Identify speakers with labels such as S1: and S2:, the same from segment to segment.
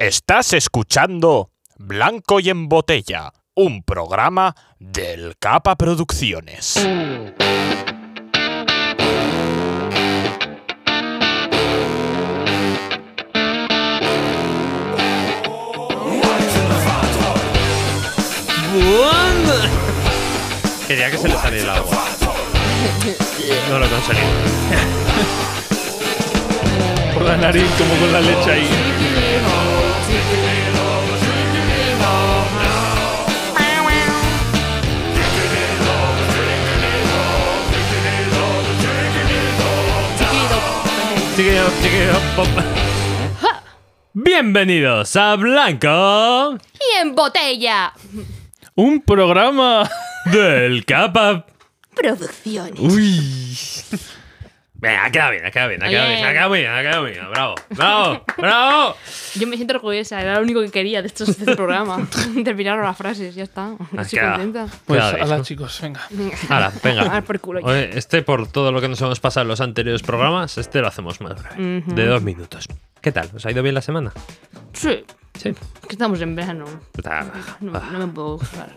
S1: Estás escuchando Blanco y en Botella, un programa del Capa Producciones.
S2: Quería que se le saliera el agua. No lo conseguí.
S3: Por la nariz, como con la leche ahí.
S2: Chiquillo, chiquillo, pop. Bienvenidos a Blanco
S4: Y en botella.
S3: Un programa.
S2: del Capa.
S4: Producciones.
S2: Uy. Venga, ha quedado bien, ha quedado bien, ha quedado
S4: Oye.
S2: bien, ha quedado bien, ha quedado bien. Bravo, bravo, bravo.
S4: Yo me siento orgullosa, era lo único que quería de estos de este programa. Terminaron las frases, ya está. Estoy
S2: quedado.
S4: contenta.
S3: Pues
S2: Cuidado,
S3: ala,
S2: hijo.
S3: chicos, venga.
S2: Ahora,
S4: A
S2: venga.
S4: ver, por culo.
S2: Oye, este, por todo lo que nos hemos pasado en los anteriores programas, este lo hacemos más breve. De dos minutos. ¿Qué tal? ¿Os ha ido bien la semana?
S4: Sí,
S2: Sí.
S4: que estamos en verano.
S2: Ah,
S4: No,
S2: ah.
S4: no me puedo quejar.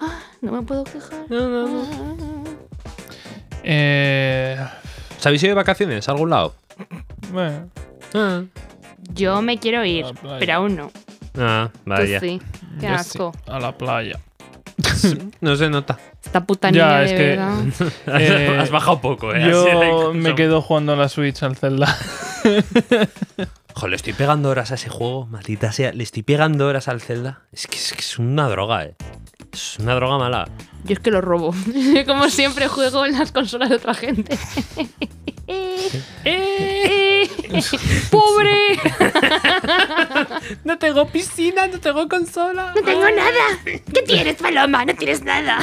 S4: Ah, No me puedo quejar. Ah.
S3: Eh,
S2: ¿Os habéis ido de vacaciones a algún lado?
S3: bueno, pues
S2: Ah,
S4: Yo me quiero ir,
S3: La playa.
S4: pero aún no. Tú
S2: ah vaya.
S4: sí. Qué
S3: yo sí,
S4: asco.
S3: a la playa.
S2: No se nota.
S4: Esta puta
S3: Ya,
S4: niña de
S3: es que-
S4: verdad.
S3: Eh,
S2: Has bajado poco, eh. Así de-
S3: Yo
S2: son-
S3: me quedo jugando a la Switch al Zelda.
S2: Joder, le estoy pegando horas a ese juego, maldita sea. Le estoy pegando horas al Zelda. Es que es, que es una droga, eh. Es una droga mala.
S4: Yo es que lo robo. Como siempre juego en las consolas de otra gente. ¡Pobre!
S2: No tengo piscina, no tengo consola.
S4: ¡No tengo nada! ¿Qué tienes, Paloma? No tienes nada.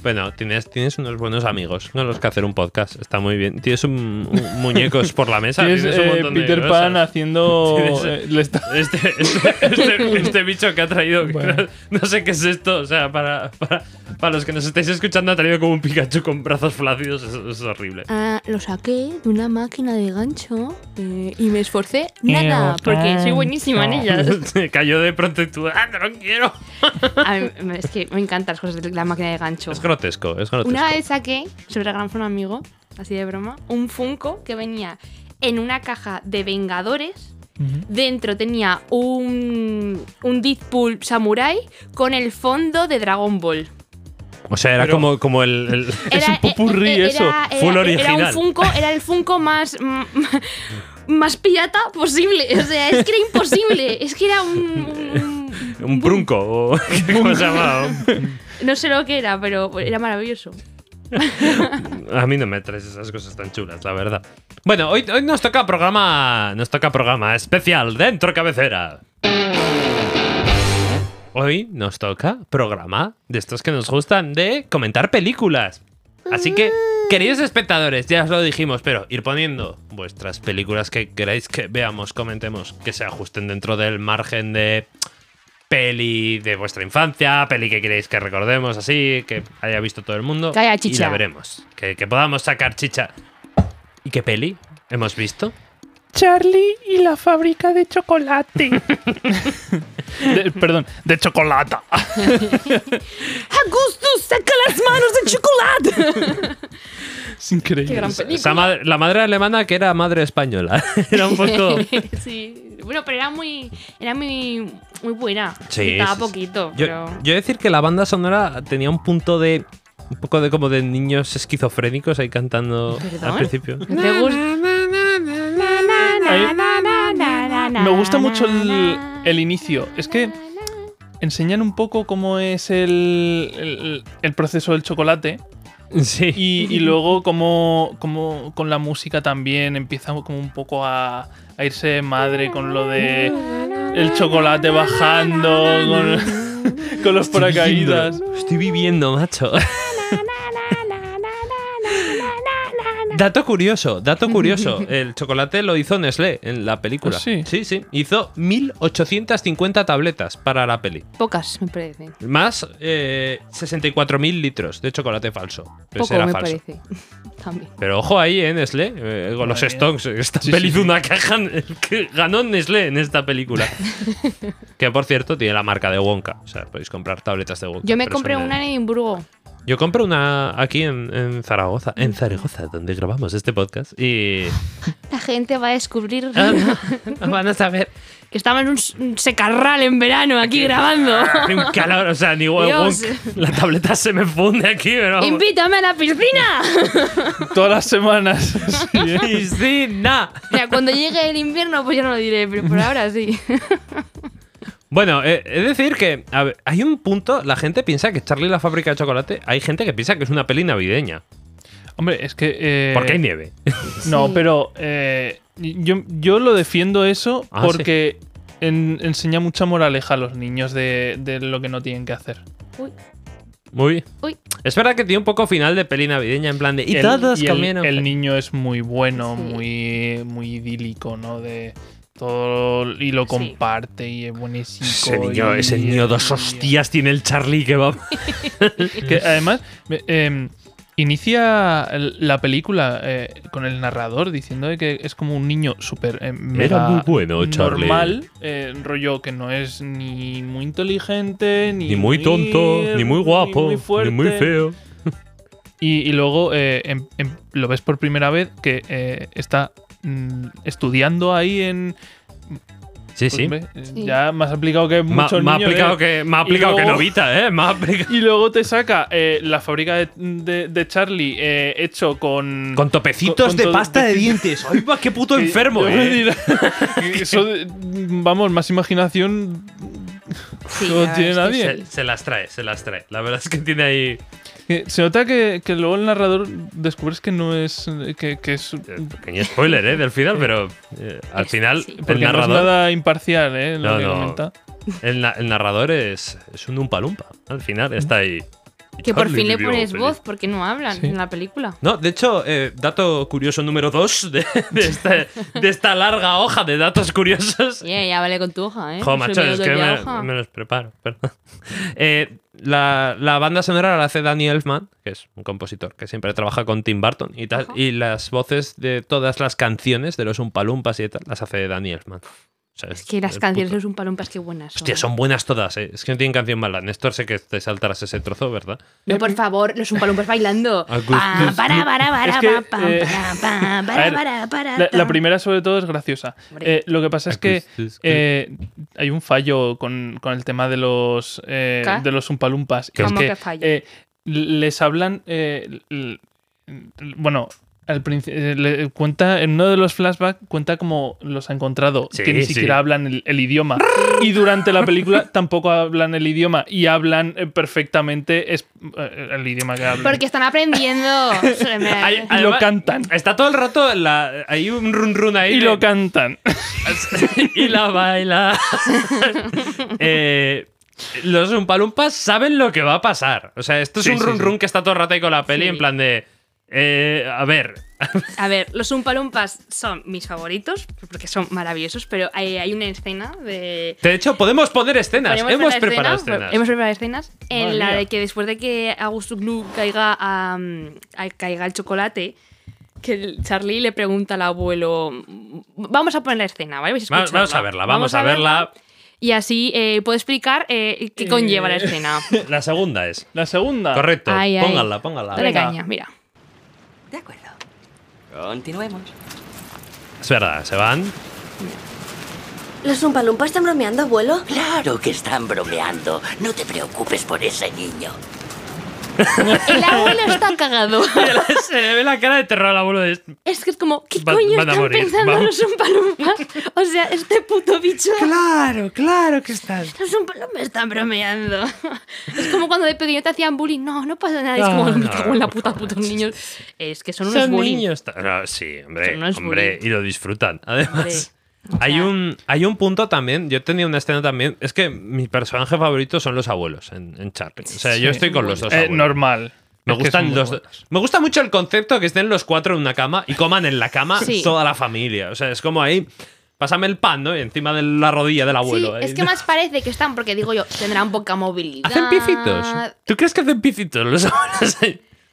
S2: Bueno, tienes, tienes unos buenos amigos con los que hacer un podcast. Está muy bien. Tienes un, un- muñecos por la mesa.
S3: Tienes
S2: Tienes, un
S3: eh,
S2: montón de
S3: Peter
S2: cosas.
S3: Pan haciendo.
S2: Tienes, eh,
S3: eh, le está-
S2: Este, este, este- este bicho que ha traído, que
S3: Bueno.
S2: no, no sé qué es esto, o sea, para, para, para los que nos estáis escuchando ha traído como un Pikachu con brazos flácidos, es, es horrible.
S4: Ah, lo saqué de una máquina de gancho eh, y me esforcé
S3: Eh,
S4: nada, porque soy buenísima en
S3: no.
S4: ellas.
S2: Se cayó de pronto y tú, ¡ah, no lo quiero!
S4: A mí, es que me encantan las cosas de la máquina de gancho.
S2: Es grotesco, es grotesco.
S4: Una vez saqué, se lo regalamos a un amigo, así de broma, un Funko que venía en una caja de Vengadores.
S3: Ujú.
S4: Dentro tenía un, un Deadpool Samurai con el fondo de Dragon Ball.
S2: O sea, era
S3: Pero-
S2: como, como el, el-
S3: Es un popurrí
S4: era- eh,
S3: eso.
S4: Era,
S2: Full
S4: era-
S2: original.
S4: era un Funko, era el Funko más. mm, más pirata posible. O sea, es que era imposible. Es que era un. un-
S2: un brunco, o ¿cómo se llama?
S4: no sé lo que era, pero era maravilloso.
S2: A mí no me traes esas cosas tan chulas, la verdad. Bueno, hoy, hoy nos toca programa. Nos toca programa especial dentro cabecera. Hoy nos toca programa de estos que nos gustan de comentar películas. Así que,
S4: Mm.
S2: queridos espectadores, ya os lo dijimos, pero ir poniendo vuestras películas que queráis que veamos, comentemos, que se ajusten dentro del margen de peli de vuestra infancia, peli que queréis que recordemos así, que haya visto todo el mundo.
S4: Que haya
S2: Y
S4: chicha.
S2: la veremos. Que, que podamos sacar chicha. ¿Y qué peli hemos visto?
S3: Charlie y la fábrica de chocolate. De- perdón, de chocolata.
S4: ¡Augustus, saca las manos de chocolate!
S3: Es increíble.
S4: Qué gran
S3: Esa-
S4: película.
S2: Esa ma- la madre alemana que era madre española. era un poco.
S4: sí. Bueno, pero era muy. Era muy. Muy buena.
S2: Sí,
S4: Estaba
S2: sí, sí.
S4: poquito.
S2: Yo,
S4: pero...
S2: yo decir que la banda sonora tenía un punto de. Un poco de como de niños esquizofrénicos ahí cantando al
S4: ¿Perdón?
S2: principio.
S4: ¿Te gusta?
S3: Ahí- Me gusta mucho el, el inicio. Es que enseñan un poco cómo es el, el- el proceso del chocolate
S2: Sí.
S3: y, y luego cómo, cómo con la música también empieza como un poco a, a irse de madre con lo de eh, el chocolate bajando, con, con los paracaídas.
S2: Estoy viviendo, macho. Dato curioso, dato curioso. El chocolate lo hizo Nestlé en la película.
S3: ¿Ah, sí?
S2: sí, sí. Hizo 1850 tabletas para la peli.
S4: Pocas, me parece.
S2: Más eh, 64.000 litros de chocolate falso. Pues
S4: Poco,
S2: era
S4: me
S2: falso.
S4: parece. También.
S2: Pero ojo ahí, ¿eh, Nestlé? eh, con los
S3: Madre mía.
S2: stocks. Esta
S3: Sí,
S2: peli
S3: sí,
S2: hizo
S3: sí.
S2: una caja que ganó Nestlé en esta película. que por cierto tiene la marca de Wonka. O sea, podéis comprar tabletas de Wonka.
S4: Yo me
S2: pero
S4: compré
S2: son de-
S4: una en Edimburgo.
S2: Yo compré una aquí en, en Zaragoza. En Zaragoza, donde grabamos este podcast. Y. Ah,
S4: La gente va a descubrir
S2: van a saber.
S4: que estamos en un s- un secarral en verano aquí grabando.
S2: Hace un calor, o sea, ni huevo.
S4: Dios.
S2: La tableta se me funde aquí, pero. vamos.
S4: ¡Invítame a la piscina!
S3: Todas las semanas. sí, ¿eh?
S2: Piscina.
S4: Mira, cuando llegue el invierno, pues yo no lo diré, pero por ahora sí.
S2: Bueno, eh, es decir que a ver, hay un punto, la gente piensa que Charlie y la fábrica de chocolate, hay gente que piensa que es una peli navideña,
S3: Hombre, es que. eh,
S2: porque hay nieve.
S3: No,
S4: Sí.
S3: pero eh, yo, yo lo defiendo eso
S2: Ah,
S3: porque en- enseña mucha moraleja a los niños de, de lo que no tienen que hacer.
S2: Muy bien.
S4: Uy.
S2: Es verdad que tiene un poco final de peli navideña en plan de... Y,
S3: el,
S2: todos pues.
S3: y el-
S2: comieron
S3: El,
S2: fe-".
S3: niño es muy bueno,
S4: Sí.
S3: muy, muy idílico, ¿no? De todo y lo
S4: Sí.
S3: comparte y es buenísimo.
S2: Ese niño,
S3: y-
S2: ese niño dos
S3: y-
S2: hostias tiene el Charlie que va...
S3: Que además, me- em, inicia el- la película eh, con el narrador diciendo de que es como un niño súper eh, mega
S2: muy bueno, Charlie.
S3: normal, eh, rollo que no es ni muy inteligente, ni,
S2: Ni muy tonto, ni muy guapo,
S3: muy
S2: ni
S3: fuerte.
S2: muy feo.
S3: Y, y luego eh, em- em- lo ves por primera vez que eh, está mm, estudiando ahí en...
S2: Sí,
S3: pues,
S2: sí.
S3: hombre, eh,
S4: Sí.
S3: Ya me has aplicado que
S2: Ma-
S3: muchos
S2: Me ha
S3: niños,
S2: aplicado
S3: eh,
S2: que, me ha
S3: Y
S2: aplicado que
S3: luego-
S2: novita, ¿eh? Me ha aplicado...
S3: Y luego te saca eh, la fábrica de, de- de Charlie eh, hecho con...
S2: Con topecitos
S3: Con- con
S2: de
S3: todo-
S2: pasta de dientes. ¡Ay, va, qué puto
S3: que-
S2: enfermo,
S3: yo voy a
S2: eh!
S3: decir, que eso, de- vamos, más imaginación...
S4: Sí,
S3: No
S4: la
S3: tiene
S4: verdad
S3: nadie.
S4: es que
S2: Se, se las trae, se las trae. La verdad es que tiene ahí...
S3: que se nota que, que luego el narrador descubres que no es... Que, que es...
S2: Eh, Pequeño spoiler, ¿eh? Del final, pero eh, al
S4: Sí,
S2: final
S4: sí.
S2: el,
S3: Porque no es
S2: narrador,
S3: nada imparcial, ¿eh? Lo
S2: No,
S3: que
S2: no.
S3: comenta.
S2: el, na- el narrador es, es un umpalumpa. Al final está ahí.
S4: sí. Que por
S2: Charlie
S4: fin le
S2: vivió
S4: pones
S2: feliz.
S4: voz porque no hablan
S3: Sí.
S4: en la película.
S2: No, de hecho, eh, dato curioso número 2 de, de este- de esta larga hoja de datos curiosos.
S4: Yeah, ya vale con tu hoja, ¿eh?
S2: Jo,
S4: Soy
S2: macho, es
S4: medio
S2: que
S4: doble
S2: me,
S4: hoja.
S2: me los preparo. perdón. Eh, la, la banda sonora la hace Danny Elfman, que es un compositor que siempre trabaja con Tim Burton y tal.
S4: Ajá.
S2: Y las voces de todas las canciones de los Umpalumpas y tal las hace Danny Elfman. O sea,
S4: Es que las
S2: el
S4: canciones
S2: puto-
S4: de un palompas que buenas.
S2: Hostia, son buenas todas, ¿eh? Es que no tienen canción mala. Néstor, sé que te saltarás ese trozo, ¿verdad?
S4: No, por favor, los Umpalumpas bailando.
S2: Agus-
S4: Pa, para, para, para,
S3: Es que,
S4: pa, pam,
S3: eh,
S4: para, pa,
S3: a
S4: para,
S3: ver,
S4: para, para,
S3: La, la
S4: tam.
S3: primera, sobre todo, es graciosa.
S4: Hombre.
S3: Eh, lo que pasa es que eh, hay un fallo con, con el tema de los eh,
S4: ¿Qué?
S3: de los umpalumpas. y
S2: ¿Qué?
S3: es
S4: ¿Cómo
S3: que,
S4: que fallo?
S3: eh, les hablan. eh, l- l- bueno. Al princi- eh, le- cuenta en uno de los flashbacks cuenta como los ha encontrado
S2: Sí,
S3: que ni
S2: sí.
S3: siquiera hablan el, el idioma y durante la película tampoco hablan el idioma y hablan eh, perfectamente es, eh, el idioma que hablan
S4: Porque están aprendiendo. Se me-
S2: Ay,
S3: y lo
S2: Además-
S3: cantan
S2: Está todo el rato, la- hay un run run ahí.
S3: y
S2: de-
S3: lo cantan
S2: y la baila. Eh, los Umpalumpas saben lo que va a pasar. O sea, esto es
S3: Sí,
S2: un
S3: sí,
S2: run
S3: sí.
S2: run que está todo el rato ahí con la peli
S4: Sí.
S2: en plan de... eh, a ver,
S4: A ver, los Umpalumpas son mis favoritos porque son maravillosos, pero hay, hay una escena de.
S2: de hecho podemos poner escenas.
S4: Ponemos
S2: Hemos
S4: la
S2: preparado
S4: escena,
S2: escenas.
S4: Hemos preparado escenas en
S3: Madre
S4: la
S3: mía.
S4: de que después de que Augusto Gloop caiga, a, a- caiga el chocolate, que el Charlie le pregunta al abuelo. Vamos a poner la escena, ¿vale? Vais a
S2: Va-
S4: escucharla.
S2: vamos a verla, vamos, a verla.
S4: Y así eh, puedo explicar eh, qué conlleva la escena.
S2: La segunda es.
S3: la segunda
S2: Correcto.
S4: Ay, ay.
S2: póngala, póngala.
S4: Dale
S3: Venga.
S4: caña, mira.
S5: De acuerdo. Continuemos.
S2: Es verdad, se van.
S6: ¿Los Umpalumpas están bromeando, abuelo?
S5: Claro que están bromeando. No te preocupes por ese niño.
S4: El abuelo está cagado.
S2: se le ve la cara de terror al abuelo de... este.
S4: Es que es como, ¿qué
S2: Va-
S4: coño
S2: van a
S4: están
S2: morir,
S4: pensando
S2: vamos.
S4: los umpalumpas? O sea, este puto bicho.
S2: Claro, claro que están.
S4: Los umpalumpas están bromeando. Es como cuando de pequeño te hacían bullying. No, no pasa nada. Es como,
S2: No,
S4: me
S2: no,
S4: cago en la
S2: por
S4: puta,
S2: favor.
S4: putos niños. Es que son unos
S2: Son
S4: bullying.
S2: niños. No, Ah, sí, hombre,
S4: Son unos
S2: hombre,
S4: bullying.
S2: y lo disfrutan. Además,
S4: Hombre, o
S2: hay
S4: sea-
S2: un hay un punto también. Yo tenía una escena también. Es que mi personaje favorito son los abuelos en, en Charlie. O sea, yo
S3: Sí.
S2: estoy con los dos.
S3: Eh,
S2: abuelos.
S3: normal
S2: Me
S3: Es que
S2: gustan
S3: son muy
S2: los.
S3: buenas.
S2: Me gusta mucho el concepto que estén los cuatro en una cama y coman en la cama
S4: Sí.
S2: toda la familia. O sea, es como ahí. Pásame el pan, ¿no? Y encima de la rodilla del abuelo.
S4: sí, es
S2: ahí.
S4: que más parece que están, porque digo yo, tendrán poca movilidad.
S2: Hacen picitos. ¿Tú crees que hacen picitos los abuelos?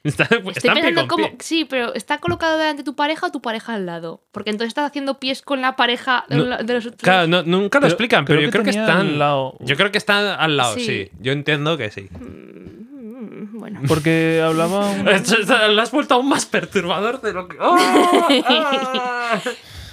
S2: Están,
S4: Estoy
S2: están pie
S4: pensando
S2: con
S4: cómo.
S2: pie.
S4: Sí, pero ¿está colocado delante tu pareja o tu pareja al lado? Porque entonces estás haciendo pies con la pareja de,
S2: No,
S4: un la- de los otros.
S2: Claro, no- nunca lo
S3: Creo-
S2: explican,
S3: creo
S2: pero yo
S3: que
S2: creo que
S3: tenía
S2: están.
S3: al lado.
S2: Yo creo que están al lado, sí.
S4: Sí.
S2: Yo entiendo que sí.
S4: Mm, Bueno.
S3: Porque hablaba un-
S2: Esto está- Lo has vuelto aún más perturbador de lo que. ¡Oh! ¡Ah!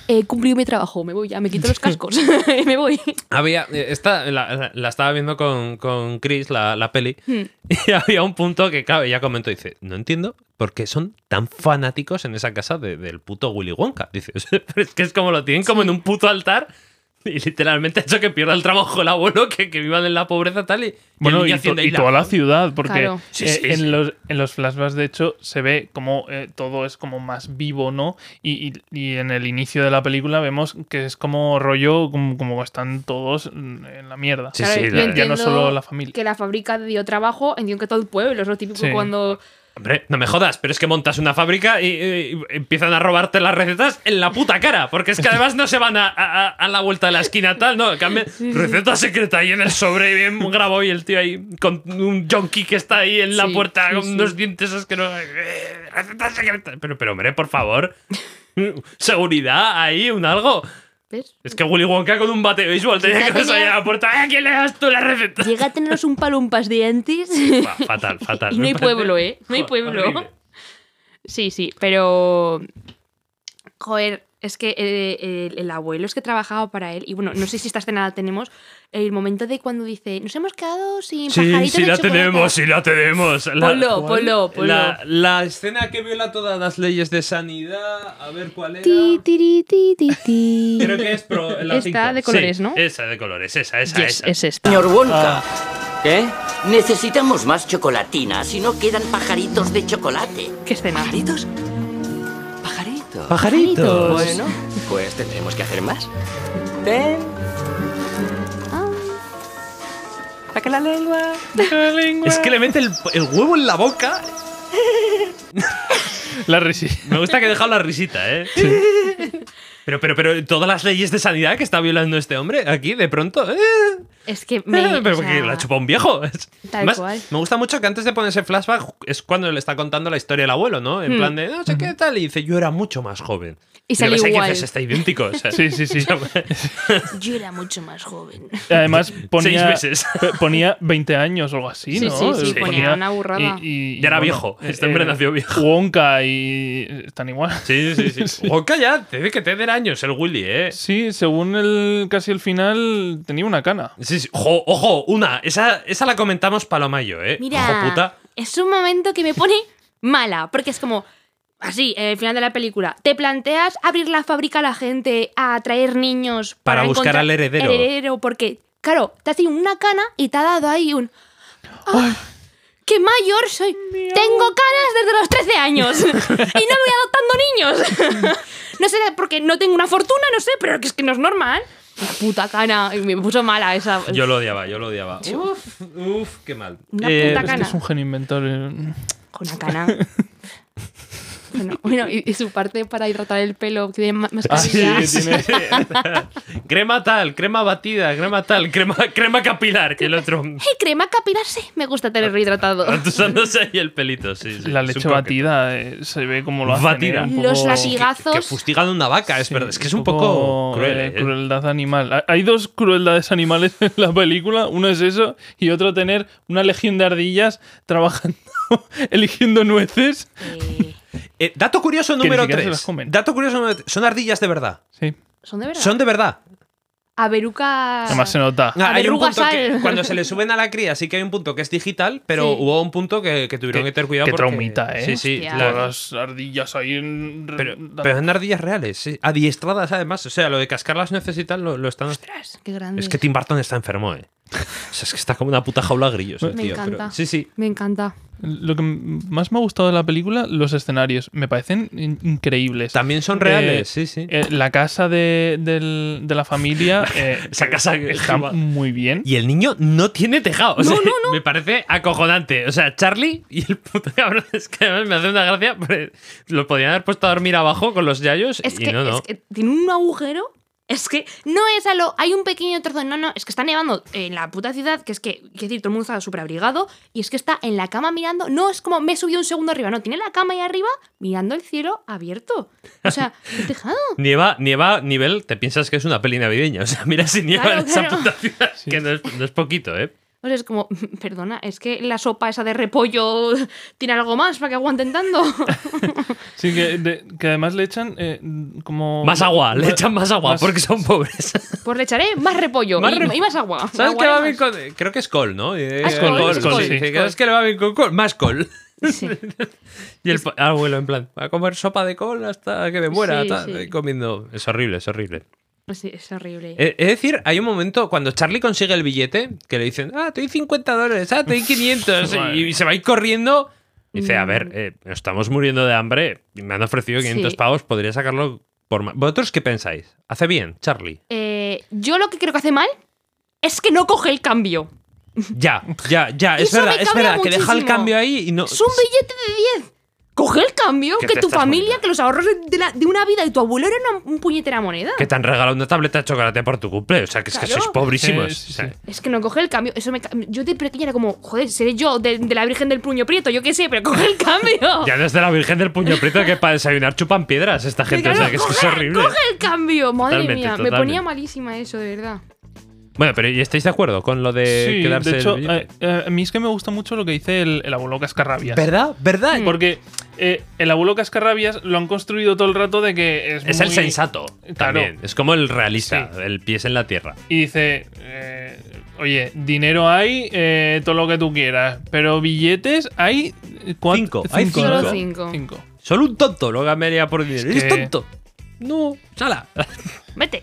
S4: He cumplido mi trabajo, me voy ya, me quito los cascos. me voy.
S2: Había, eh, esta la, la- la estaba viendo con, con Chris, la, la peli, y había un punto que, claro, ella comentó, dice, no entiendo por qué son tan fanáticos en esa casa de- del puto Willy Wonka. Dice, "O sea, pero es que es como lo tienen como en un puto altar y literalmente ha hecho que pierda el trabajo el abuelo, que, que vivan en la pobreza tal y... y el
S3: Bueno,
S2: niño
S3: y, to-
S2: haciendo
S3: y
S2: ahí la-
S3: toda la ciudad, porque
S4: Claro.
S2: Sí,
S3: eh,
S2: sí,
S3: en,
S2: sí.
S3: Los, en los flashbacks, de hecho, se ve como eh, todo es como más vivo, ¿no? Y, y- y en el inicio de la película vemos que es como rollo, como, como están todos mm, en la mierda.
S2: Sí,
S4: Claro,
S2: sí,
S4: yo
S2: la-
S3: ya no
S4: entiendo
S3: solo la familia.
S4: Que la fábrica dio trabajo, entiendo que todo el pueblo, es lo típico
S3: Sí.
S4: cuando.
S2: Hombre, no me jodas, pero es que montas una fábrica y, eh, y empiezan a robarte las recetas en la puta cara, porque es que además no se van a, a- a la vuelta de la esquina tal, no, cambian receta secreta ahí en el sobre bien grabado y el tío ahí con un junkie que está ahí en la
S4: Sí,
S2: puerta
S4: sí,
S2: con
S4: sí.
S2: unos dientes asquerosos. eh, receta secreta. Pero, pero hombre, por favor. Seguridad ahí, un algo.
S4: ¿Ves?
S2: Es que Willy Wonka con un bate de béisbol tenía que
S4: Quizá
S2: salir
S4: tenía-
S2: a la puerta. "Ay, ¿A quién le das tú la receta?
S4: Llega a tenerlos un palumpas de antes.
S2: Buah, fatal, fatal.
S4: Y no
S2: me
S4: hay
S2: parece-
S4: pueblo, ¿eh? No hay
S2: Joder,
S4: pueblo.
S2: horrible.
S4: Sí, sí, pero. Joder, es que eh, el, el abuelo es que trabajaba para él. Y bueno, no sé si esta escena la tenemos. El momento de cuando dice, nos hemos quedado sin
S2: Sí,
S4: pajaritos
S2: sí
S4: de
S2: la
S4: chocolate".
S2: tenemos, sí la tenemos. La,
S4: Ponlo,
S2: ¿cuál?
S4: ponlo, ponlo.
S2: La, la escena que viola todas las leyes de sanidad, a ver cuál era.
S4: Ti, tiri, ti, ti, ti.
S2: Creo que es pro, la
S4: Esta
S2: cinco.
S4: de colores,
S2: Sí,
S4: ¿no?
S2: Esa de colores, esa, esa,
S4: Yes,
S2: esa.
S4: es esta.
S5: Señor Wonka. ¿Eh? Necesitamos más chocolatina, si no quedan pajaritos de chocolate.
S4: ¿Qué escena?
S5: ¿Pajaritos? Pajaritos.
S2: Pajaritos.
S5: Bueno, pues tendremos que hacer más. Ten. Ah. Saca la lengua.
S2: Es que le mete el, el huevo en la boca.
S3: La resi-
S2: Me gusta que ha dejado la risita, ¿eh? Pero, pero, pero, todas las leyes de sanidad que está violando este hombre aquí, de pronto. eh,
S4: Es que me.
S2: eh, pero
S4: o sea,
S2: porque la chupa un viejo.
S4: Tal cual.
S2: Me gusta mucho que antes de ponerse flashback es cuando le está contando la historia del abuelo, ¿no? En plan de, no sé qué tal. Y dice, yo era mucho más joven.
S4: Hmm. Y
S2: yo
S4: sale
S2: pensé que
S4: igual.
S2: dices, está idéntico. o sea,
S3: Sí, sí, sí.
S4: Yo era mucho más joven.
S3: Además, ponía,
S2: Seis meses.
S3: pe- ponía 20 años o algo así,
S4: Sí,
S3: ¿no?
S4: sí, sí,
S3: Eh,
S4: ponía una burrada.
S3: y- y-
S2: Ya era viejo, este hombre nació viejo.
S3: Wonka y. Están igual.
S2: Sí, sí, sí. Wonka ya, te dice que tener años el Willy, ¿eh?
S3: Sí, según el casi el final, tenía una cana.
S2: Sí, sí. Jo, ojo, una. Esa, esa la comentamos Paloma y yo, ¿eh? Ojo,
S4: Mira,
S2: puta.
S4: es un momento que me pone mala, porque es como, así, eh, el final de la película, te planteas abrir la fábrica a la gente, a atraer niños
S2: Para buscar
S4: encontrar
S2: al heredero.
S4: heredero, porque, claro, te has tenido una cana y te ha dado ahí un... "Ah, ¡Qué mayor soy! Tengo canas desde los 13 años y no voy adoptando niños. no sé, porque no tengo una fortuna, no sé, pero que es que no es normal. La puta cana, y me puso mala esa.
S2: Yo lo odiaba, yo lo odiaba. Uf, uf, qué mal.
S4: Una
S2: Eh,
S4: puta
S3: Es que
S4: Cana.
S3: es un genio inventor. eh.
S4: con la cana. bueno, bueno, y, y su parte para hidratar el pelo, que tiene ma- más
S3: Ah, sí,
S4: claridad.
S3: que tiene-
S2: crema tal, crema batida, crema tal, crema, crema capilar, que el otro...
S4: ¡Ay, crema capilar! Sí, me gusta tenerlo hidratado.
S2: Ah, Atusándose ahí el pelito, sí. sí.
S3: La
S2: Es un
S3: leche
S2: coque.
S3: batida eh, se ve como lo hacen.
S2: Batida.
S3: eh, un
S4: Los
S3: poco-
S4: latigazos.
S2: Que, que fustigan a una vaca, es
S3: Sí,
S2: verdad. Es que es un poco cruel.
S3: eh,
S2: ¿eh?
S3: crueldad animal. Ha- Hay dos crueldades animales en la película. Uno es eso y otro tener una legión de ardillas trabajando, eligiendo nueces.
S4: Eh,
S2: Eh, dato curioso
S3: ni
S2: número
S3: siquiera se las
S2: 3.
S3: comen.
S2: Dato curioso número 3. Son ardillas de verdad.
S3: Sí,
S4: ¿Son de verdad?
S2: Son de verdad.
S4: Averucas.
S3: además se nota.
S4: Ah,
S2: hay un
S4: verrugas
S2: punto que
S4: al-
S2: cuando se le suben a la cría, sí que hay un punto que es digital, pero
S4: Sí.
S2: hubo un punto que, que tuvieron que,
S3: Qué-
S2: tener cuidado.
S3: qué
S2: porque-
S3: traumita, ¿eh?
S2: Sí, sí.
S4: Hostia.
S2: la-
S3: Todas las ardillas ahí en...
S2: pero, pero son ardillas reales, sí. adiestradas además. O sea, lo de cascar las nueces y tal lo, lo están.
S4: Ostras, qué grande.
S2: Es que Tim Burton está enfermo, ¿eh? O sea, es que está como una puta jaula de grillos. el
S4: Me
S2: tío, pero-
S4: encanta.
S2: sí, sí.
S4: Me encanta.
S3: Lo que m- más me ha gustado de la película, los escenarios. Me parecen in- increíbles.
S2: También son
S3: Eh,
S2: reales, sí, sí.
S3: eh, la casa de, del- de la familia eh,
S2: Esa casa que-
S3: está muy bien.
S2: Y el niño no tiene tejado. O sea,
S4: no, no.
S2: Me parece acojonante. O sea, Charlie y el puto cabrón. Es que además me hace una gracia. porque Lo podían haber puesto a dormir abajo con los yayos.
S4: Es
S2: y
S4: que,
S2: no, no.
S4: es que tiene un agujero. Es que no es a lo. Hay un pequeño trozo. No, no. Es que está nevando en la puta ciudad. Que es que. Quiero decir, todo el mundo está súper abrigado. Y es que está en la cama mirando. No es como me he subido un segundo arriba. No, tiene la cama ahí arriba mirando el cielo abierto. O sea, el tejado.
S2: Nieva, nieva, nivel, te piensas que es una peli navideña. O sea, mira si nieva
S4: Claro,
S2: en esa
S4: claro.
S2: puta ciudad. Que no es, no es poquito, ¿eh?
S4: O sea, es como. Perdona, es que la sopa esa de repollo tiene algo más para que aguanten tanto.
S3: Sí, que, de- que además le echan eh, como.
S2: Más agua, le echan más agua
S3: más-
S2: porque son pobres.
S4: Pues le echaré más repollo
S2: Más
S4: y,
S2: repollo.
S4: y más agua.
S2: ¿Sabes
S4: Agua
S2: qué
S4: y
S2: va
S4: más.
S2: bien con.? eh, Creo que es col, ¿no? Eh,
S4: Ah, es col,
S3: es col,
S2: sí.
S3: sí.
S2: Sí, ¿Sabes qué le va bien con col? Más col.
S4: Sí.
S2: Y el pa- abuelo, en plan, va a comer sopa de col hasta que me muera.
S4: Sí,
S2: ta-
S4: sí.
S2: eh, Comiendo. Es horrible, es horrible.
S4: Pues Sí, es horrible.
S2: Eh, Es decir, hay un momento cuando Charlie consigue el billete que le dicen, ah, te doy 50 dólares, ah, te doy 500, y, y se va a ir corriendo. Y dice, a ver, eh, estamos muriendo de hambre, y me han ofrecido 500
S4: Sí.
S2: pavos, podría sacarlo por más. ¿Vosotros qué pensáis? ¿Hace bien, Charlie?
S4: Eh, yo lo que creo que hace mal es que no coge el cambio.
S2: Ya, ya, ya, es
S4: Eso me
S2: verdad, es
S4: cabrea
S2: verdad, que deja el
S4: muchísimo.
S2: cambio ahí y no.
S4: Es un billete de 10. Coge el cambio,
S2: Pues Que
S4: que,
S2: te
S4: tu
S2: estás
S4: familia,
S2: muriendo.
S4: que los ahorros de, la- de una vida y tu abuelo era una un puñetera moneda.
S2: Que te han regalado una tableta de chocolate por tu cumple, o sea, que es que
S4: Claro.
S2: sois pobrísimos.
S3: Sí, sí,
S2: o sea,
S4: Es que no coge el cambio. Eso me, ca- yo de pequeña era como, joder, seré yo de, de la Virgen del Puño Prieto, yo qué sé, pero coge el cambio.
S2: Ya desde la Virgen del Puño Prieto que para desayunar chupan piedras esta
S4: Que
S2: gente, o sea,
S4: claro,
S2: que es, que es
S4: coge-
S2: horrible.
S4: Coge el cambio, madre
S2: Totalmente,
S4: mía. Me
S2: totalmente.
S4: ponía malísima eso, de verdad.
S2: Bueno, pero ¿y estáis de acuerdo con lo de
S3: Sí,
S2: quedarse
S3: de
S2: el
S3: hecho,
S2: billete?
S3: eh, eh, a mí es que me gusta mucho lo que dice el, el abuelo Cascarrabias.
S2: ¿Verdad? ¿Verdad?
S3: Porque eh, el abuelo Cascarrabias lo han construido todo el rato de que es.
S2: es el
S3: muy-
S2: sensato también. Es como el realista,
S3: Sí.
S2: el pies en la tierra.
S3: Y dice: eh, Oye, dinero hay, eh, todo lo que tú quieras. Pero billetes hay. eh, cuat-
S2: Cinco, hay
S4: Solo
S3: ¿no?
S4: cinco.
S3: Cinco.
S2: Solo un tonto lo cambiaría por dinero.
S3: Es
S2: ¡Eres
S3: que-
S2: tonto! No, sala.
S4: Vete.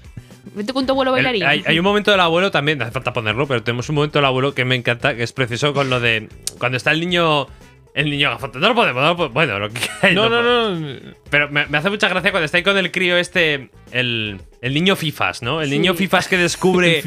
S4: Vete con tu abuelo bailarín.
S2: El- hay, hay un momento del abuelo también, no hace falta ponerlo, pero tenemos un momento del abuelo que me encanta, que es preciso con lo de cuando está el niño. El niño gafote. No lo podemos, no lo podemos. Bueno, lo que queráis,
S3: No,
S2: lo
S3: no,
S2: podemos.
S3: no.
S2: Pero me, me hace mucha gracia cuando está ahí con el crío este, el, el niño Fifas, ¿no? El niño Fifas que descubre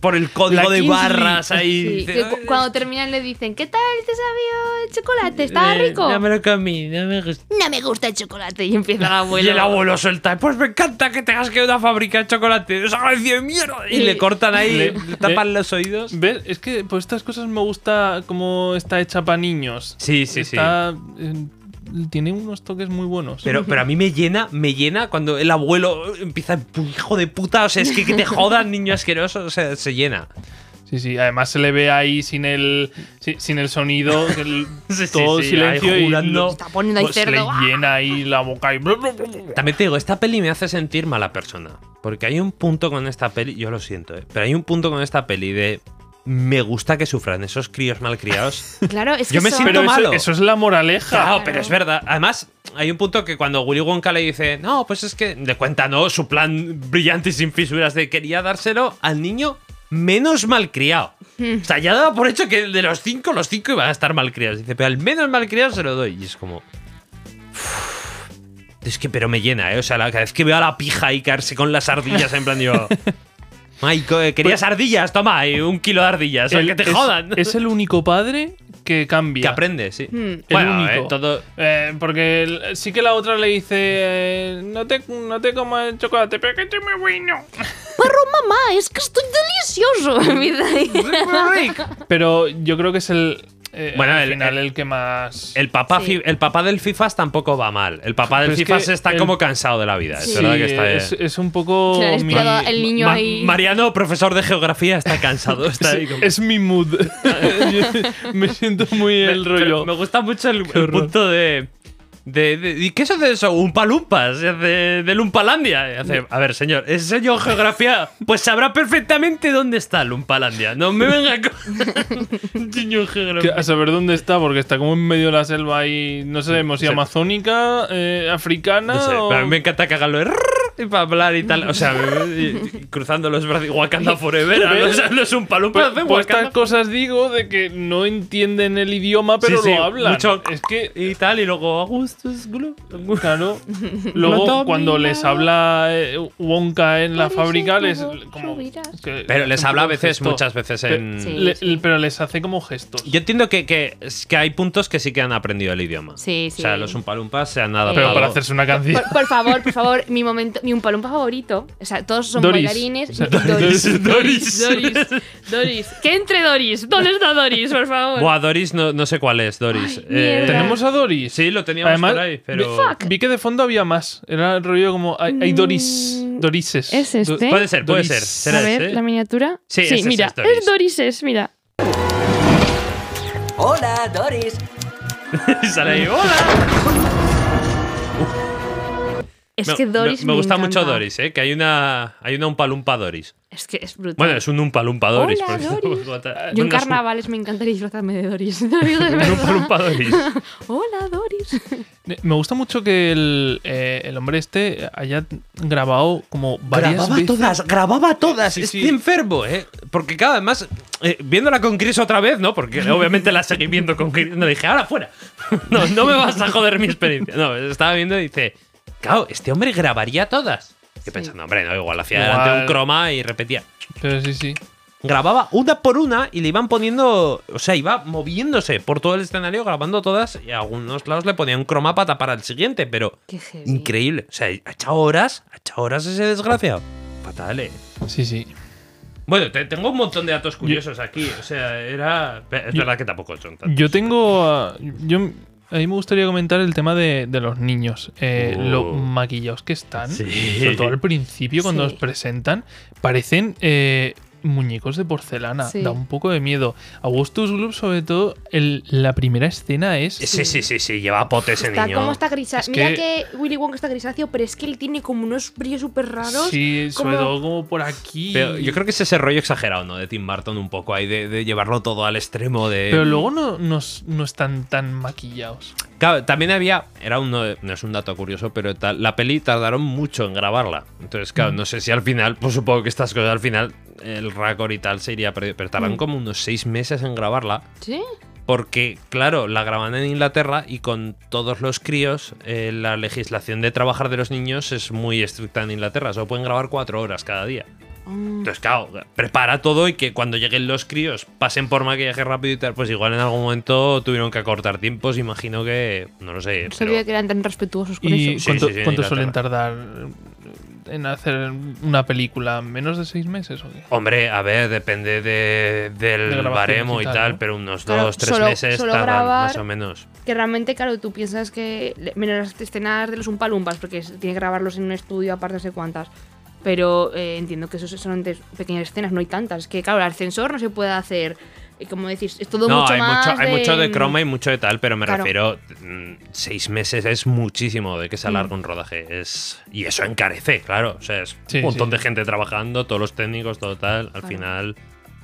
S2: por el código
S3: La
S2: de
S3: Kingsley.
S2: barras ahí.
S4: Sí,
S2: dice,
S4: que
S2: "Ay,
S4: cu- cuando terminan le dicen, ¿qué tal te sabía el chocolate? ¿Estaba
S2: eh,
S4: rico?
S2: No me lo comí, no me gustó".
S4: No me gusta el chocolate. Y empieza el abuelo.
S2: Y el abuelo suelta, pues me encanta que tengas que ir a una fábrica de chocolate, desagradecido de mierda. Y
S4: Sí.
S2: le cortan ahí, le,
S3: Le-
S2: tapan los oídos.
S3: ¿Ves? Es que por estas cosas me gusta cómo está hecha para niños.
S2: Sí, sí, sí.
S3: está, eh, tiene unos toques muy buenos.
S2: Pero, pero a mí me llena, me llena cuando el abuelo empieza, "Pu- hijo de puta, o sea, es que, que te jodan, niño asqueroso, o sea, se llena.
S3: Sí, sí, además se le ve ahí sin el, si- sin el sonido, el-
S2: Sí, sí,
S3: todo
S2: sí,
S3: silencio
S2: ahí
S3: y
S2: jurando.
S4: Está poniendo ahí
S3: pues, le
S4: cerdo. ¡Ah!
S3: llena ahí la boca y...
S2: También te digo, esta peli me hace sentir mala persona. Porque hay un punto con esta peli, yo lo siento, ¿eh? pero hay un punto con esta peli de me gusta que sufran esos críos malcriados.
S4: Claro, es que
S2: Yo me
S4: son-
S2: siento
S3: Pero
S2: malo.
S3: eso, eso es la moraleja.
S2: Claro, pero es verdad. Además, hay un punto que cuando Willy Wonka le dice, no, pues es que le cuenta, ¿no? Su plan brillante y sin fisuras de quería dárselo al niño menos malcriado. O sea, ya daba por hecho que de los cinco, los cinco iban a estar malcriados. Dice, pero al menos malcriado se lo doy. Y es como... "Uf". Es que, pero me llena, ¿eh? O sea, la- cada vez que veo a la pija ahí caerse con las ardillas, en plan, digo... Ay, co- eh, querías ardillas, toma, eh, un kilo de ardillas, o
S3: Pues El-
S2: que te
S3: es,
S2: jodan.
S3: Es el único padre que cambia.
S2: que aprendes, sí.
S4: Mm.
S2: Bueno,
S3: Hmm. único.
S2: eh, todo,
S3: Eh, porque el- sí que la otra le dice, eh, no, te, no te comas el chocolate, pero que estoy muy bueno.
S4: Perro mamá, es que estoy delicioso. Mira ahí.
S3: Pero yo creo que es el... eh,
S2: Bueno,
S3: al
S2: el-
S3: final
S2: el-
S3: el, que más...
S2: El papá,
S4: Sí.
S2: fi- el papá del FIFAS tampoco va mal. El papá del
S3: Pero es
S2: FIFAS
S3: que
S2: está
S3: el-
S2: como cansado de la vida.
S4: Sí.
S2: Es verdad que está. eh.
S3: es, es un poco...
S4: Claro, es
S3: mi-
S4: pirado el niño
S2: Ma-
S4: ahí.
S2: Mariano, profesor de geografía, está cansado. Está ahí como-
S3: Es mi mood. Yo- me siento muy el
S2: Pero
S3: rollo.
S2: Me gusta mucho el, el
S3: horror.
S2: punto de. de- de- ¿Y qué es de eso? Un palumpas de, de Lumpalandia. Y hace, a ver, señor, ¿es señor geografía? Pues sabrá perfectamente dónde está Lumpalandia. No me venga con. señor
S3: Que
S2: geografía.
S3: a saber dónde está, porque está como en medio de la selva y no sabemos si
S2: Sí.
S3: amazónica, eh, africana.
S2: No sé,
S3: o-
S2: pero a mí me encanta que hagan lo de. Y para hablar y tal. O sea, y- y cruzando los brazos y Wakanda Forever. ¿no? O sea, no es un palo, pero hace
S3: Pues estas
S2: Wakanda
S3: cosas digo de que no entienden el idioma, pero
S2: Sí, sí,
S3: lo hablan.
S2: mucho-
S3: Es que
S2: y tal. Y luego "Ah, pues, Augustus Gloop.
S3: Claro.
S2: Lo
S3: Luego,
S2: domina.
S3: cuando les habla eh, Wonka en la
S4: Por
S3: fábrica,
S4: ese
S3: les.
S4: tubo
S3: Como,
S4: subirás.
S3: que-
S2: Pero les
S3: hacen
S2: habla a
S3: como
S2: veces,
S3: gesto.
S2: muchas veces
S3: Pe-
S2: en.
S4: Sí.
S3: le- Pero les hace como gestos.
S2: Yo entiendo que, que, es que hay puntos que sí que han aprendido el idioma.
S4: Sí,
S2: O
S4: sí.
S2: sea, los umpalumpas se han dado.
S3: Pero para hacerse una canción.
S4: Por, por favor, por favor, mi momento, mi umpalumpa favorito. O sea, todos son
S3: Doris.
S4: bailarines.
S3: O sea,
S2: Doris,
S4: Doris, Doris,
S2: Doris.
S4: Doris, Doris. Que entre Doris. ¿Dónde está Doris, por favor?
S2: Buah, Doris, no, no sé cuál es, Doris. Eh,
S4: Ay, mierda.
S3: Tenemos a Doris.
S2: Sí, lo teníamos por ahí, pero.
S3: vi- vi, que de fondo había más. Era el rollo como. Hay, hay Doris.
S4: Mm,
S3: Dorises.
S4: ¿es este?
S2: Puede ser, puede
S3: Doris.
S2: ser.
S4: A
S2: Será
S4: ver,
S2: ese.
S4: la miniatura.
S2: Sí, ese es
S4: mira,
S2: Doris.
S4: es Doris, es, mira.
S5: Hola, Doris.
S2: Sale ahí, ¡Hola!
S4: Es
S2: Me-
S4: que Doris.
S2: Me, me gusta mucho
S4: encanta.
S2: Doris, ¿eh? Que hay una, hay una umpalumpa Doris.
S4: Es que es brutal.
S2: Bueno, es un umpalumpa Doris.
S4: Ah. Hola,
S2: porque-
S4: Doris. Yo en
S2: Una
S4: carnavales me encantaría disfrazarme de Doris. Te lo digo de
S2: Un
S4: verdad.
S2: umpalumpa Doris.
S4: Hola, Doris.
S3: Eh, Me gusta mucho que el, eh, el hombre este haya grabado como varias veces.
S2: grababa todas.
S3: Sí,
S2: es
S3: sí.
S2: enfermo, ¿eh? Porque cada además, eh, viéndola con Chris otra vez, ¿no? Porque obviamente la seguí viendo con Chris. No, dije, ahora fuera. No, no me vas a joder mi experiencia. No, estaba viendo y dice, claro, este hombre grabaría todas. Yo pensando, hombre, no, igual hacía
S3: Igual.
S2: delante un croma y repetía.
S3: Pero sí, sí.
S2: Grababa una por una y le iban poniendo, o sea, iba moviéndose por todo el escenario grabando todas y a algunos lados le ponían un croma para tapar al siguiente, pero
S4: Qué heavy.
S2: increíble. O sea, ha echado horas, ha echado horas ese desgraciado. Fatal, eh.
S3: Sí, sí.
S2: Bueno, te- tengo un montón de datos curiosos aquí. O sea, era. Es
S3: Yo-
S2: verdad que tampoco son tantos.
S3: Yo tengo. a- yo, a mí me gustaría comentar el tema de, de los niños. Eh,
S2: Uh.
S3: Lo maquillados que están.
S2: Sí.
S3: Sobre todo al principio, cuando
S4: Sí.
S3: nos presentan. Parecen. eh, Muñecos de porcelana,
S4: Sí.
S3: da un poco de miedo. Augustus Gloop, sobre todo, el- la primera escena es.
S2: Sí, sí, sí, sí, lleva pote ese
S4: Está
S2: niño.
S4: como está grisáceo.
S3: que-
S4: Mira que... Willy Wonka está grisáceo, pero es que él tiene como unos brillos súper raros.
S3: Sí, sobre
S4: como-
S3: todo como por aquí.
S2: Pero yo creo que es ese rollo exagerado, ¿no? De Tim Burton un poco ahí, de, de llevarlo todo al extremo. de
S3: Pero luego no, no, s- no están tan maquillados.
S2: Claro, también había. Era uno. de- No es un dato curioso, pero tal, la peli tardaron mucho en grabarla. Entonces, claro,
S4: Mm.
S2: no sé si al final. Pues supongo que estas cosas al final. El récord y tal se iría perdiendo. Pero
S4: Mm.
S2: tardaron como unos seis meses en grabarla.
S4: Sí.
S2: Porque, claro, la graban en Inglaterra y con todos los críos, eh, la legislación de trabajar de los niños es muy estricta en Inglaterra. Solo pueden grabar cuatro horas cada día.
S4: Ah.
S2: Entonces, claro, prepara todo y que cuando lleguen los críos pasen por maquillaje rápido y tal. Pues igual en algún momento tuvieron que acortar tiempos. Imagino que. No lo sé.
S4: No sabía
S2: Pero,
S4: que eran tan respetuosos con
S3: ¿Y
S4: eso.
S2: Sí,
S3: cuánto,
S2: sí, sí, en
S3: cuánto
S2: Inglaterra.
S3: suelen tardar en hacer una película? ¿Menos de seis meses o qué?
S2: hombre, a ver, depende de-
S3: De
S2: del
S3: grabación
S2: baremo y
S3: y
S2: tal,
S3: tal, ¿no?
S2: pero unos
S4: Claro,
S2: dos, tres
S4: solo-
S2: meses
S4: solo
S2: tardan
S4: grabar-
S2: más o menos.
S4: Que realmente, claro, tú piensas que. Menos las escenas de los umpalumpas, porque es- tiene que grabarlos en un estudio, aparte no sé cuántas. Pero eh, entiendo que eso son antes pequeñas escenas, no hay tantas. Es que, claro, el ascensor no se puede hacer. eh, Como decís, es todo
S2: no,
S4: mucho
S2: hay,
S4: más.
S2: mucho, hay
S4: de...
S2: mucho de croma y mucho de tal, pero me
S4: Claro.
S2: refiero, mm, seis meses es muchísimo de que se
S4: Mm.
S2: alarga un rodaje. Es, y eso encarece, claro. O sea, es
S3: Sí,
S2: un montón
S3: sí.
S2: de gente trabajando, todos los técnicos, todo tal. Al final,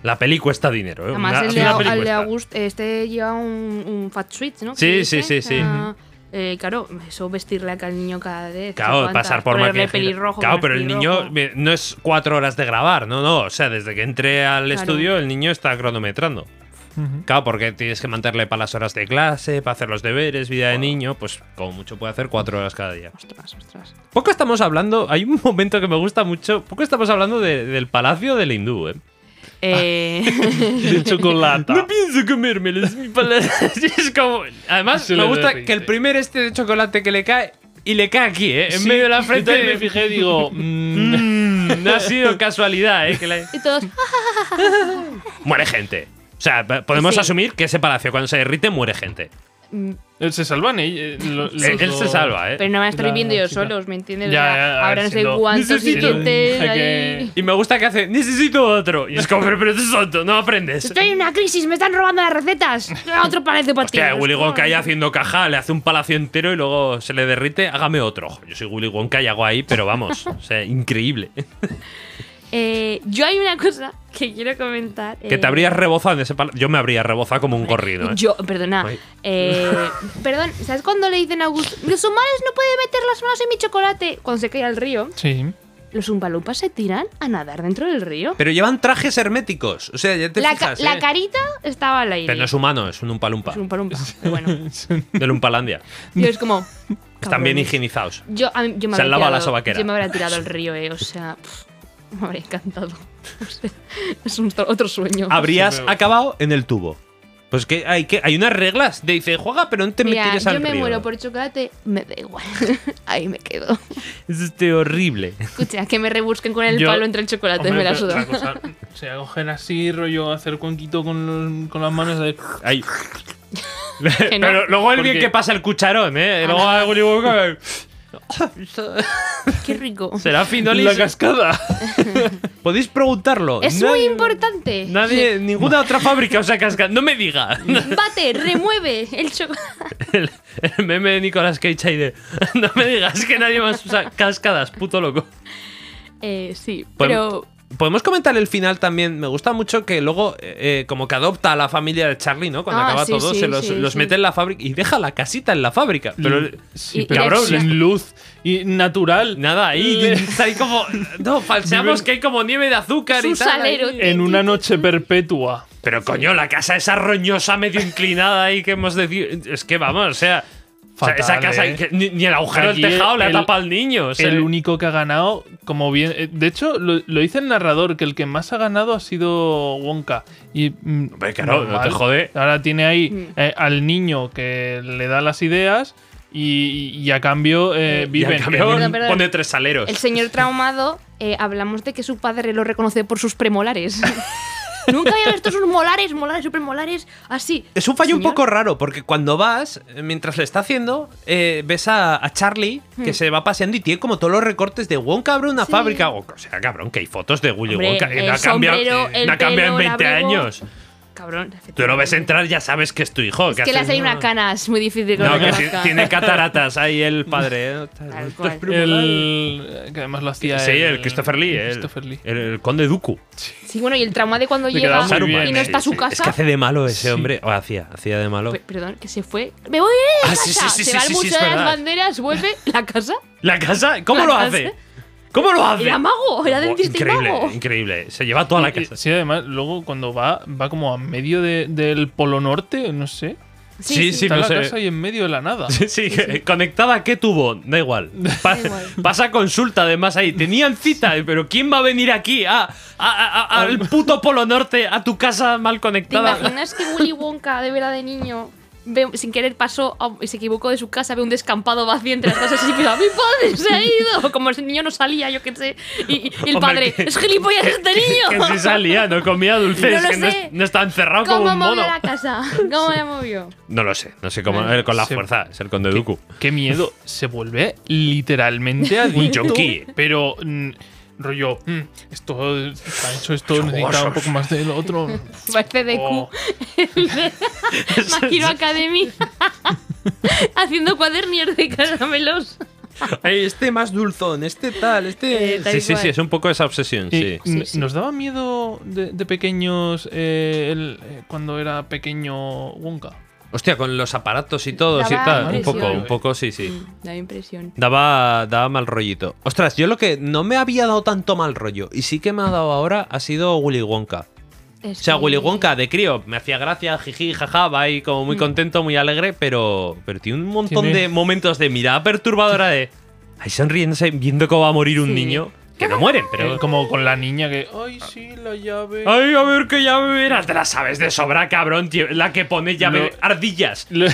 S2: la peli cuesta dinero. ¿eh?
S4: mm, Además,
S2: Una-
S4: el de,
S2: una
S4: Au-
S2: peli
S4: el de
S2: cuesta.
S4: August, este lleva un, un fat switch, ¿no?
S2: Sí,
S4: Que
S2: sí,
S4: dice,
S2: sí, sí.
S4: o sea, eh, claro, eso vestirle acá al niño cada vez. no sé
S2: Claro,
S4: cuántas,
S2: pasar por
S4: ponerle
S2: maquillaje.
S4: pelirrojo.
S2: Claro,
S4: poner
S2: pero el niño
S4: pelirrojo.
S2: eh, no es cuatro horas de grabar, no, no. O sea, desde que entré al
S4: Claro.
S2: estudio, el niño está cronometrando.
S3: Ujú.
S2: Claro, porque tienes que mantenerle para las horas de clase, para hacer los deberes, vida de niño, pues como mucho puede hacer cuatro horas cada día.
S4: Ostras, ostras.
S2: Poco estamos hablando, hay un momento que me gusta mucho, poco estamos hablando de- del palacio del hindú, ¿eh?
S4: Eh,
S2: Ah.
S3: De chocolate.
S2: No pienso comérmelo, es mi palacio. es como... Además,
S3: Se
S2: me
S3: le
S2: gusta
S3: derrite.
S2: que el primer este de chocolate que le cae, y le cae aquí, ¿eh? En medio de la frente.
S3: me fijé digo. mm,
S2: Mm, no ha sido casualidad, ¿eh? Que le-
S4: y todos.
S2: Muere gente. O sea, pa- podemos
S4: Sí.
S2: asumir que ese palacio cuando se derrite muere gente.
S4: mm,
S3: se salvan eh, lo- los
S2: Él, él se
S3: dos.
S2: salva, ¿eh?
S4: Pero no van a estar
S3: La
S4: viviendo ellos
S3: chica.
S4: solos, ¿me entiendes?
S3: Ya,
S4: O sea,
S3: ya, a ver,
S4: habrá no
S3: si
S4: sé
S3: no-
S4: cuántos
S2: Necesito-
S4: sirvientes
S3: hay que-
S4: ahí.
S2: Y me gusta que hace, necesito otro. Y es como, pero, pero eres tonto, no aprendes.
S4: Estoy en una crisis, me están robando las recetas. A Otro parece para ti.
S2: Hostia, Willy Wonka ahí haciendo caja, le hace un palacio entero y luego se le derrite, hágame otro. Yo soy Willy Wonka y hago ahí, pero vamos, o sea, increíble.
S4: Eh, yo hay una cosa que quiero comentar.
S2: Que te
S4: eh,
S2: habrías rebozado en ese palo. Yo me habría rebozado como un corrido, ¿eh?
S4: Yo, perdona.
S2: Ay.
S4: eh, perdón, ¿sabes cuando le dicen a Augusto, los humanos no pueden meter las manos en mi chocolate? Cuando se cae al río,
S3: Sí.
S4: los umpalumpas se tiran a nadar dentro del río.
S2: Pero llevan trajes herméticos. O sea, ya te
S4: La, ca-
S2: fijas,
S4: la
S2: ¿eh?
S4: carita estaba al aire.
S2: Pero no es humano, es un umpalumpa.
S4: Es un palumpa. Pero bueno,
S2: Del Umpalandia.
S4: yo es como.
S2: Están bien
S4: cabrones.
S2: higienizados.
S4: Yo, a mí- yo me
S2: Se han
S4: habría
S2: lavado la
S4: tirado-
S2: sobaquera.
S4: Yo me habría tirado al río, eh. O sea, pff, me habría encantado. O sea, es un to- otro sueño.
S2: Habrías acabado en el tubo. Pues que hay, que hay unas reglas. De dice, juega, pero no te
S4: Mira,
S2: metes
S4: yo
S2: al
S4: me
S2: río.
S4: muero por chocolate, me da igual. Ahí me quedo.
S2: Es este horrible.
S4: Escucha, que me rebusquen con el
S3: Yo-
S4: palo entre el chocolate, me la suda.
S3: Se acogen así, rollo, hacer cuenquito con, los- con las manos. de-
S2: Ay.
S4: no. Ah.
S2: Pero luego el bien
S3: Porque-
S2: que pasa el cucharón, ¿eh? Luego hago el eh,
S4: Qué rico.
S2: Será
S3: La
S2: finolis.
S3: cascada.
S2: Podéis preguntarlo.
S4: Es muy
S2: Nadie-
S4: importante.
S2: Nadie, ninguna otra fábrica usa cascada. No me diga.
S4: Bate, remueve el chocolate.
S2: El, el meme de Nicolas Cage ahí de. No me digas que nadie más usa cascadas, puto loco.
S4: Eh, sí,
S2: Podemos-
S4: pero.
S2: Podemos comentar el final también. Me gusta mucho que luego, eh, eh, como que adopta a la familia de Charlie, ¿no? Cuando
S4: Ah,
S2: acaba
S4: sí,
S2: todo,
S4: sí,
S2: se los,
S4: sí, Mm.
S2: los
S4: sí.
S2: mete en la fábrica y deja la casita en la fábrica. Pero
S3: Sí,
S4: Y-
S3: pero
S4: y
S3: cabrón,
S4: extra.
S3: sin luz y natural.
S2: nada, ahí
S3: Le-
S2: está ahí como. No, falseamos
S3: Viven-
S2: que hay como nieve de azúcar y
S4: Su
S2: tal. ahí.
S4: salero.
S3: En una noche perpetua.
S2: Pero coño, la casa esa roñosa medio inclinada ahí que hemos decidido. Es que vamos, o sea. o sea,
S3: Fatal,
S2: esa casa,
S3: ¿eh?
S2: que ni, ni el agujero
S3: Allí
S2: del tejado la
S3: el-
S2: tapa al niño. o sea, eh,
S3: El único que ha ganado, como bien. eh, De hecho, lo, lo dice el narrador, que el que más ha ganado ha sido Wonka. Y. mm,
S2: Hombre, claro, no
S3: normal.
S2: te jode.
S3: Ahora tiene ahí
S4: Mm.
S3: eh, al niño que le da las ideas y, y a cambio eh,
S2: Y
S3: viven.
S2: en cambio
S3: en un-
S4: Perdón, perdón.
S2: pone tres saleros.
S4: El señor traumado, eh, hablamos de que su padre lo reconoce por sus premolares. Nunca había visto sus molares, molares, supermolares, así.
S2: Es un fallo un
S4: Señor.
S2: poco raro, porque cuando vas, eh, mientras lo está haciendo, eh, ves a, a Charlie que se va paseando y tiene como todos los recortes de Wonka abre una
S4: Hmm. Sí.
S2: fábrica. O, o sea, cabrón, que hay fotos de Willy
S4: Hombre,
S2: Wonka. que
S4: el
S2: no ha cambiado,
S4: sombrero,
S2: eh,
S4: el
S2: no ha cambiado
S4: pelo,
S2: en 20
S4: el abrigo.
S2: años.
S4: Cabrón.
S2: Tú lo ves
S4: efectivamente.
S2: entrar, ya sabes que es tu hijo.
S4: Es que le ha
S2: haces,
S4: salido
S2: no?
S4: una cana, es muy difícil que
S2: No,
S4: lo
S2: que ti-
S4: reconozca.
S2: tiene cataratas ahí el padre. ¿eh?
S4: Tal cual.
S3: el- que además lo hacía.
S2: Sí, el Christopher Lee. El,
S3: Christopher Lee.
S2: el- el conde Dooku.
S4: Sí, bueno, y el trauma de cuando
S3: Le
S4: llega
S3: quedaba muy bien,
S4: y no
S3: eh,
S4: está a su
S2: sí.
S4: casa. Pues,
S2: Es que hace de malo ese
S3: Sí.
S2: hombre. O hacía, hacía de malo.
S4: Pe- Perdón, que se fue. ¡Me voy a ir
S2: Ah,
S4: de
S2: sí,
S4: casa!
S2: sí, sí,
S4: se va
S2: sí,
S4: al
S2: sí, sí, es
S4: Museo de las
S2: verdad.
S4: Banderas, vuelve. ¿La casa?
S2: ¿La casa? ¿Cómo
S4: La
S2: lo
S4: casa.
S2: hace? ¿Cómo lo hace? Oh,
S4: Era mago, era dentista y
S2: increíble,
S4: mago.
S2: increíble. Se lleva toda la
S3: Y- y-
S2: casa.
S3: Sí, además, luego cuando va, va como a medio de- del polo norte, no sé.
S2: Sí, sí,
S3: está
S2: no
S3: la
S2: sé.
S3: casa y en medio de la nada.
S2: Sí, sí, conectada a qué tubo, da igual. Pa-
S4: igual.
S2: Pasa consulta además ahí. Tenían cita, eh, pero ¿quién va a venir aquí Ah, a- a- a- a- al puto Polo Norte, a tu casa mal
S4: ¿Te
S2: conectada?
S4: imaginas que Willy Wonka, de verdad de niño, ve- sin querer pasó a- y se equivocó de su casa, ve un descampado vacío entre las casas y piensa, ¡mi padre se ha ido! Como el niño no salía, yo qué sé. Y, y- y el
S2: Hombre,
S4: padre,
S2: que-
S4: ¡es gilipollas este niño!
S2: Que si salía, no comía dulces,
S4: No lo
S2: que no,
S4: sé.
S2: es- no está encerrado como
S4: ¿Cómo
S2: un
S4: movió
S2: mono.
S4: la casa? ¿Cómo la movió?
S2: No lo sé, no sé cómo. eh, Con la
S3: Se-
S2: fuerza, es el conde Dooku.
S3: Qué miedo. Se vuelve literalmente adicto.
S2: yonki.
S3: Pero. mm, rollo. mm, esto está hecho, esto
S2: Yo-
S3: necesita un poco más de lo otro.
S4: Parece de
S3: Oh,
S4: Magiro Academy. Haciendo cuaderniers de caramelos.
S2: Este más dulzón, este tal, este.
S4: Eh, tal
S2: sí, sí,
S4: cual.
S2: sí, es un poco esa obsesión, sí.
S3: y n-
S4: sí.
S3: Nos daba miedo de, de pequeños eh, el- eh, cuando era pequeño Wonka.
S2: Hostia, con los aparatos y todo, y
S4: Daba
S2: tal. Un
S4: impresión.
S2: poco, un poco, sí, sí.
S4: Da impresión.
S2: Daba, daba mal rollito. Ostras, yo lo que no me había dado tanto mal rollo y sí que me ha dado ahora ha sido Willy Wonka. O sea, Willy Wonka de crío me hacía gracia, jiji, jaja, va ahí como
S4: Mm.
S2: muy contento, muy alegre, pero, pero tiene un montón
S3: Tiene-
S2: de momentos de mirada perturbadora de. Ahí sonriéndose, viendo cómo va a morir un
S4: Sí.
S2: niño. Que no mueren, pero.
S3: Eh, como con la niña que. Ay, sí, la llave.
S2: Ay, a ver que ya me verás. Te la sabes de sobra, cabrón, tío. La que pone ya
S3: Lo-
S2: ardillas.
S3: Le-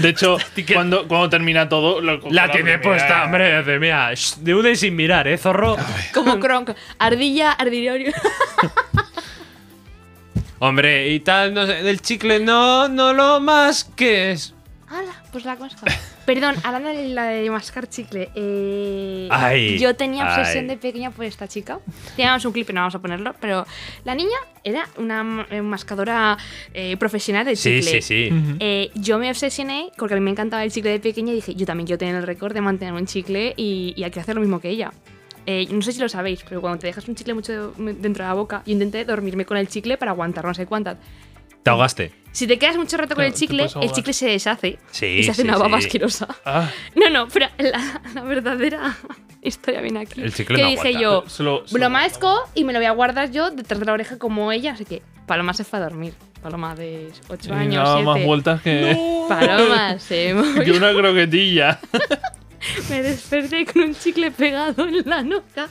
S3: de hecho,
S2: que-
S3: cuando, cuando termina todo, lo-
S2: La tiene
S3: mira,
S2: puesta,
S3: eh.
S2: hombre. Dice, mira, shh, de una y sin mirar, ¿eh, zorro?
S4: Como Kronk. Ardilla, ardilorio.
S2: Hombre, y tal, no sé, del chicle no, no lo más que es.
S4: Ala, pues la conozco. Perdón, hablando de la de mascar chicle. eh,
S2: Ay,
S4: yo tenía obsesión
S2: ay.
S4: de pequeña por esta chica. Teníamos un clip, no vamos a ponerlo, pero la niña era una ma- eh, mascadora eh, profesional de chicle.
S2: sí.
S3: Ujú.
S4: Eh, yo me obsesioné porque a mí me encantaba el chicle de pequeña y dije, yo también quiero tener el récord de mantener un chicle y, y hay que hacer lo mismo que ella. eh, no sé si lo sabéis, pero cuando te dejas un chicle mucho dentro de la boca, yo intenté dormirme con el chicle para aguantar no sé cuántas.
S2: Te ahogaste.
S4: Si te quedas mucho rato con
S3: Claro,
S4: el
S3: te
S4: chicle,
S3: puedes
S4: el
S3: ahogar.
S4: chicle se deshace
S2: Sí,
S4: y se hace
S2: sí,
S4: una baba
S2: sí.
S4: asquerosa.
S3: Ah,
S4: No, no, pero la, la verdadera historia viene aquí.
S2: El chicle
S4: que
S2: no
S4: dije
S2: aguanta.
S4: yo,
S3: eh, Se lo- se lo
S4: lo masco y me lo voy a guardar yo detrás de la oreja como ella, así que Paloma se fue a dormir. Paloma de 8
S3: y
S4: años,
S3: daba más
S4: siete.
S3: vueltas que,
S4: Paloma se
S3: que
S4: movió.
S3: una croquetilla.
S4: Me desperté con un chicle pegado en la nuca.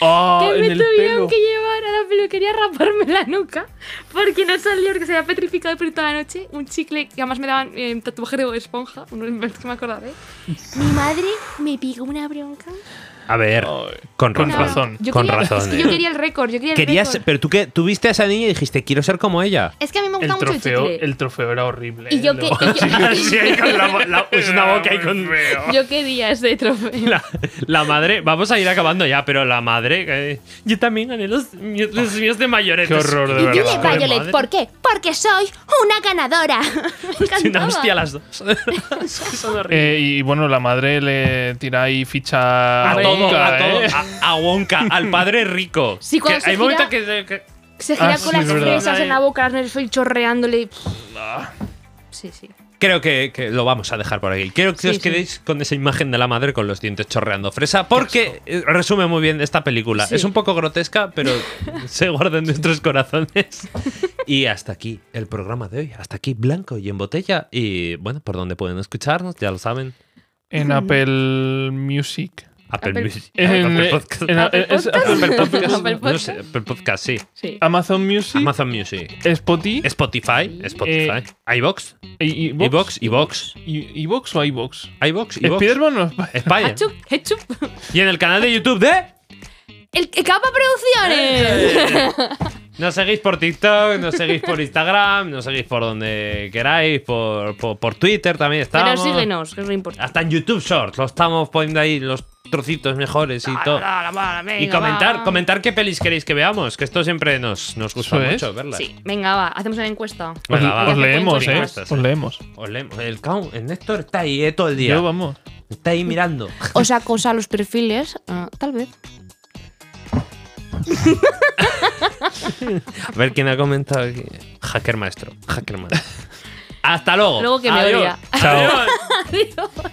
S3: Oh,
S4: que
S3: en
S4: me
S3: el
S4: tuvieron
S3: pelo.
S4: que llevar a la peluquería a raparme la nuca porque no salió, porque se había petrificado por toda la noche. Un chicle que además me daban eh, tatuaje de Bob esponja, uno de los que me acordaré. Mi madre me picó una bronca.
S2: A ver,
S3: Ay,
S2: con
S3: con
S2: razón.
S3: razón.
S4: yo
S2: con
S4: quería,
S2: razón.
S4: Es que
S2: eh.
S4: yo quería el récord, yo quería el
S2: Querías,
S4: récord.
S2: pero tú que tuviste a esa niña y dijiste, quiero ser como ella.
S4: Es que a mí me gusta
S3: El
S4: mucho
S3: trofeo,
S4: el chicle.
S3: el trofeo era horrible. eh,
S4: Y yo
S3: el de
S4: que-
S3: boca.
S4: y yo-
S2: es una boca ahí con...
S4: Yo quería ese trofeo.
S2: La, la madre, vamos a ir acabando ya, pero la madre. eh, yo también gané los, míos- los míos de mayores.
S3: Qué horror, de
S4: Y dile
S3: verdad.
S2: Joder,
S4: Violet,
S2: madre.
S4: ¿por qué? Porque soy una ganadora. Me
S2: Una
S4: encantaba.
S2: hostia a las dos. Es que son horribles.
S3: Eh, y bueno, la madre le tira ahí ficha
S2: a todo,
S3: Wonka,
S2: a todo.
S3: ¿eh?
S2: A, a Wonka, al padre rico.
S4: Sí,
S2: que
S4: cuando se
S2: hay
S4: gira-
S2: momentos que, que-
S4: Se gira
S3: Ah,
S4: con
S3: sí,
S4: las
S3: es verdad. Ah.
S4: fresas en la boca, las nervios y chorreándole. Sí, sí.
S2: Creo que, que lo vamos a dejar por aquí. Quiero que
S4: Sí,
S2: os
S4: sí.
S2: quedéis con esa imagen de la madre con los dientes chorreando fresa, porque eh, resume muy bien esta película.
S4: Sí.
S2: Es un poco grotesca, pero se guarda en nuestros corazones. Y hasta aquí el programa de hoy. Hasta aquí blanco y en botella. Y bueno, por donde pueden escucharnos, ya lo saben.
S3: En Apple Music.
S2: Apple,
S4: Apple-
S2: Music.
S3: En-
S2: Apple Podcast.
S3: en-
S4: Apple
S3: es-
S4: Podcast.
S3: Apple Podcast.
S4: Apple
S2: No sé, Apple Podcast, sí.
S4: Sí.
S3: Amazon Music.
S2: Amazon Music.
S3: Spotify.
S2: Spotify. Spotify.
S3: Eh,
S2: iBox.
S3: y- y-
S2: iBox. iBox.
S3: ¿Y- ¿Evox o iBox?
S2: iBox. iBox.
S3: Spiderman o Spider-
S2: España.
S4: Hechup, hechup.
S2: Y en el canal de YouTube de.
S4: El el Capa
S2: Eh,
S4: Producciones.
S2: Nos seguís por TikTok, nos seguís por Instagram, nos seguís por donde queráis, por, por, por Twitter también
S4: Pero
S2: estamos.
S4: síguenos, que es lo importante.
S2: Hasta en YouTube Shorts, lo estamos poniendo ahí los trocitos mejores y todo. Y comentar, comentar qué pelis queréis que veamos, que esto siempre nos, nos gusta
S3: Eso es.
S2: mucho verlas.
S4: Sí, venga, va, hacemos una encuesta.
S3: Os,
S2: Venga, va.
S3: os leemos,
S4: Venga,
S3: ¿eh?
S2: pues,
S3: Os leemos.
S2: Os leemos. El, cau- el Néstor está ahí eh, todo el día.
S3: Yo, vamos.
S2: Está ahí mirando.
S4: ¿Os acosa los perfiles? Ah, tal vez.
S2: A ver quién ha comentado aquí. Hacker maestro. Hacker maestro. Hasta luego.
S4: Luego que me
S2: Adiós.
S4: odia.
S2: Chao.
S4: Adiós.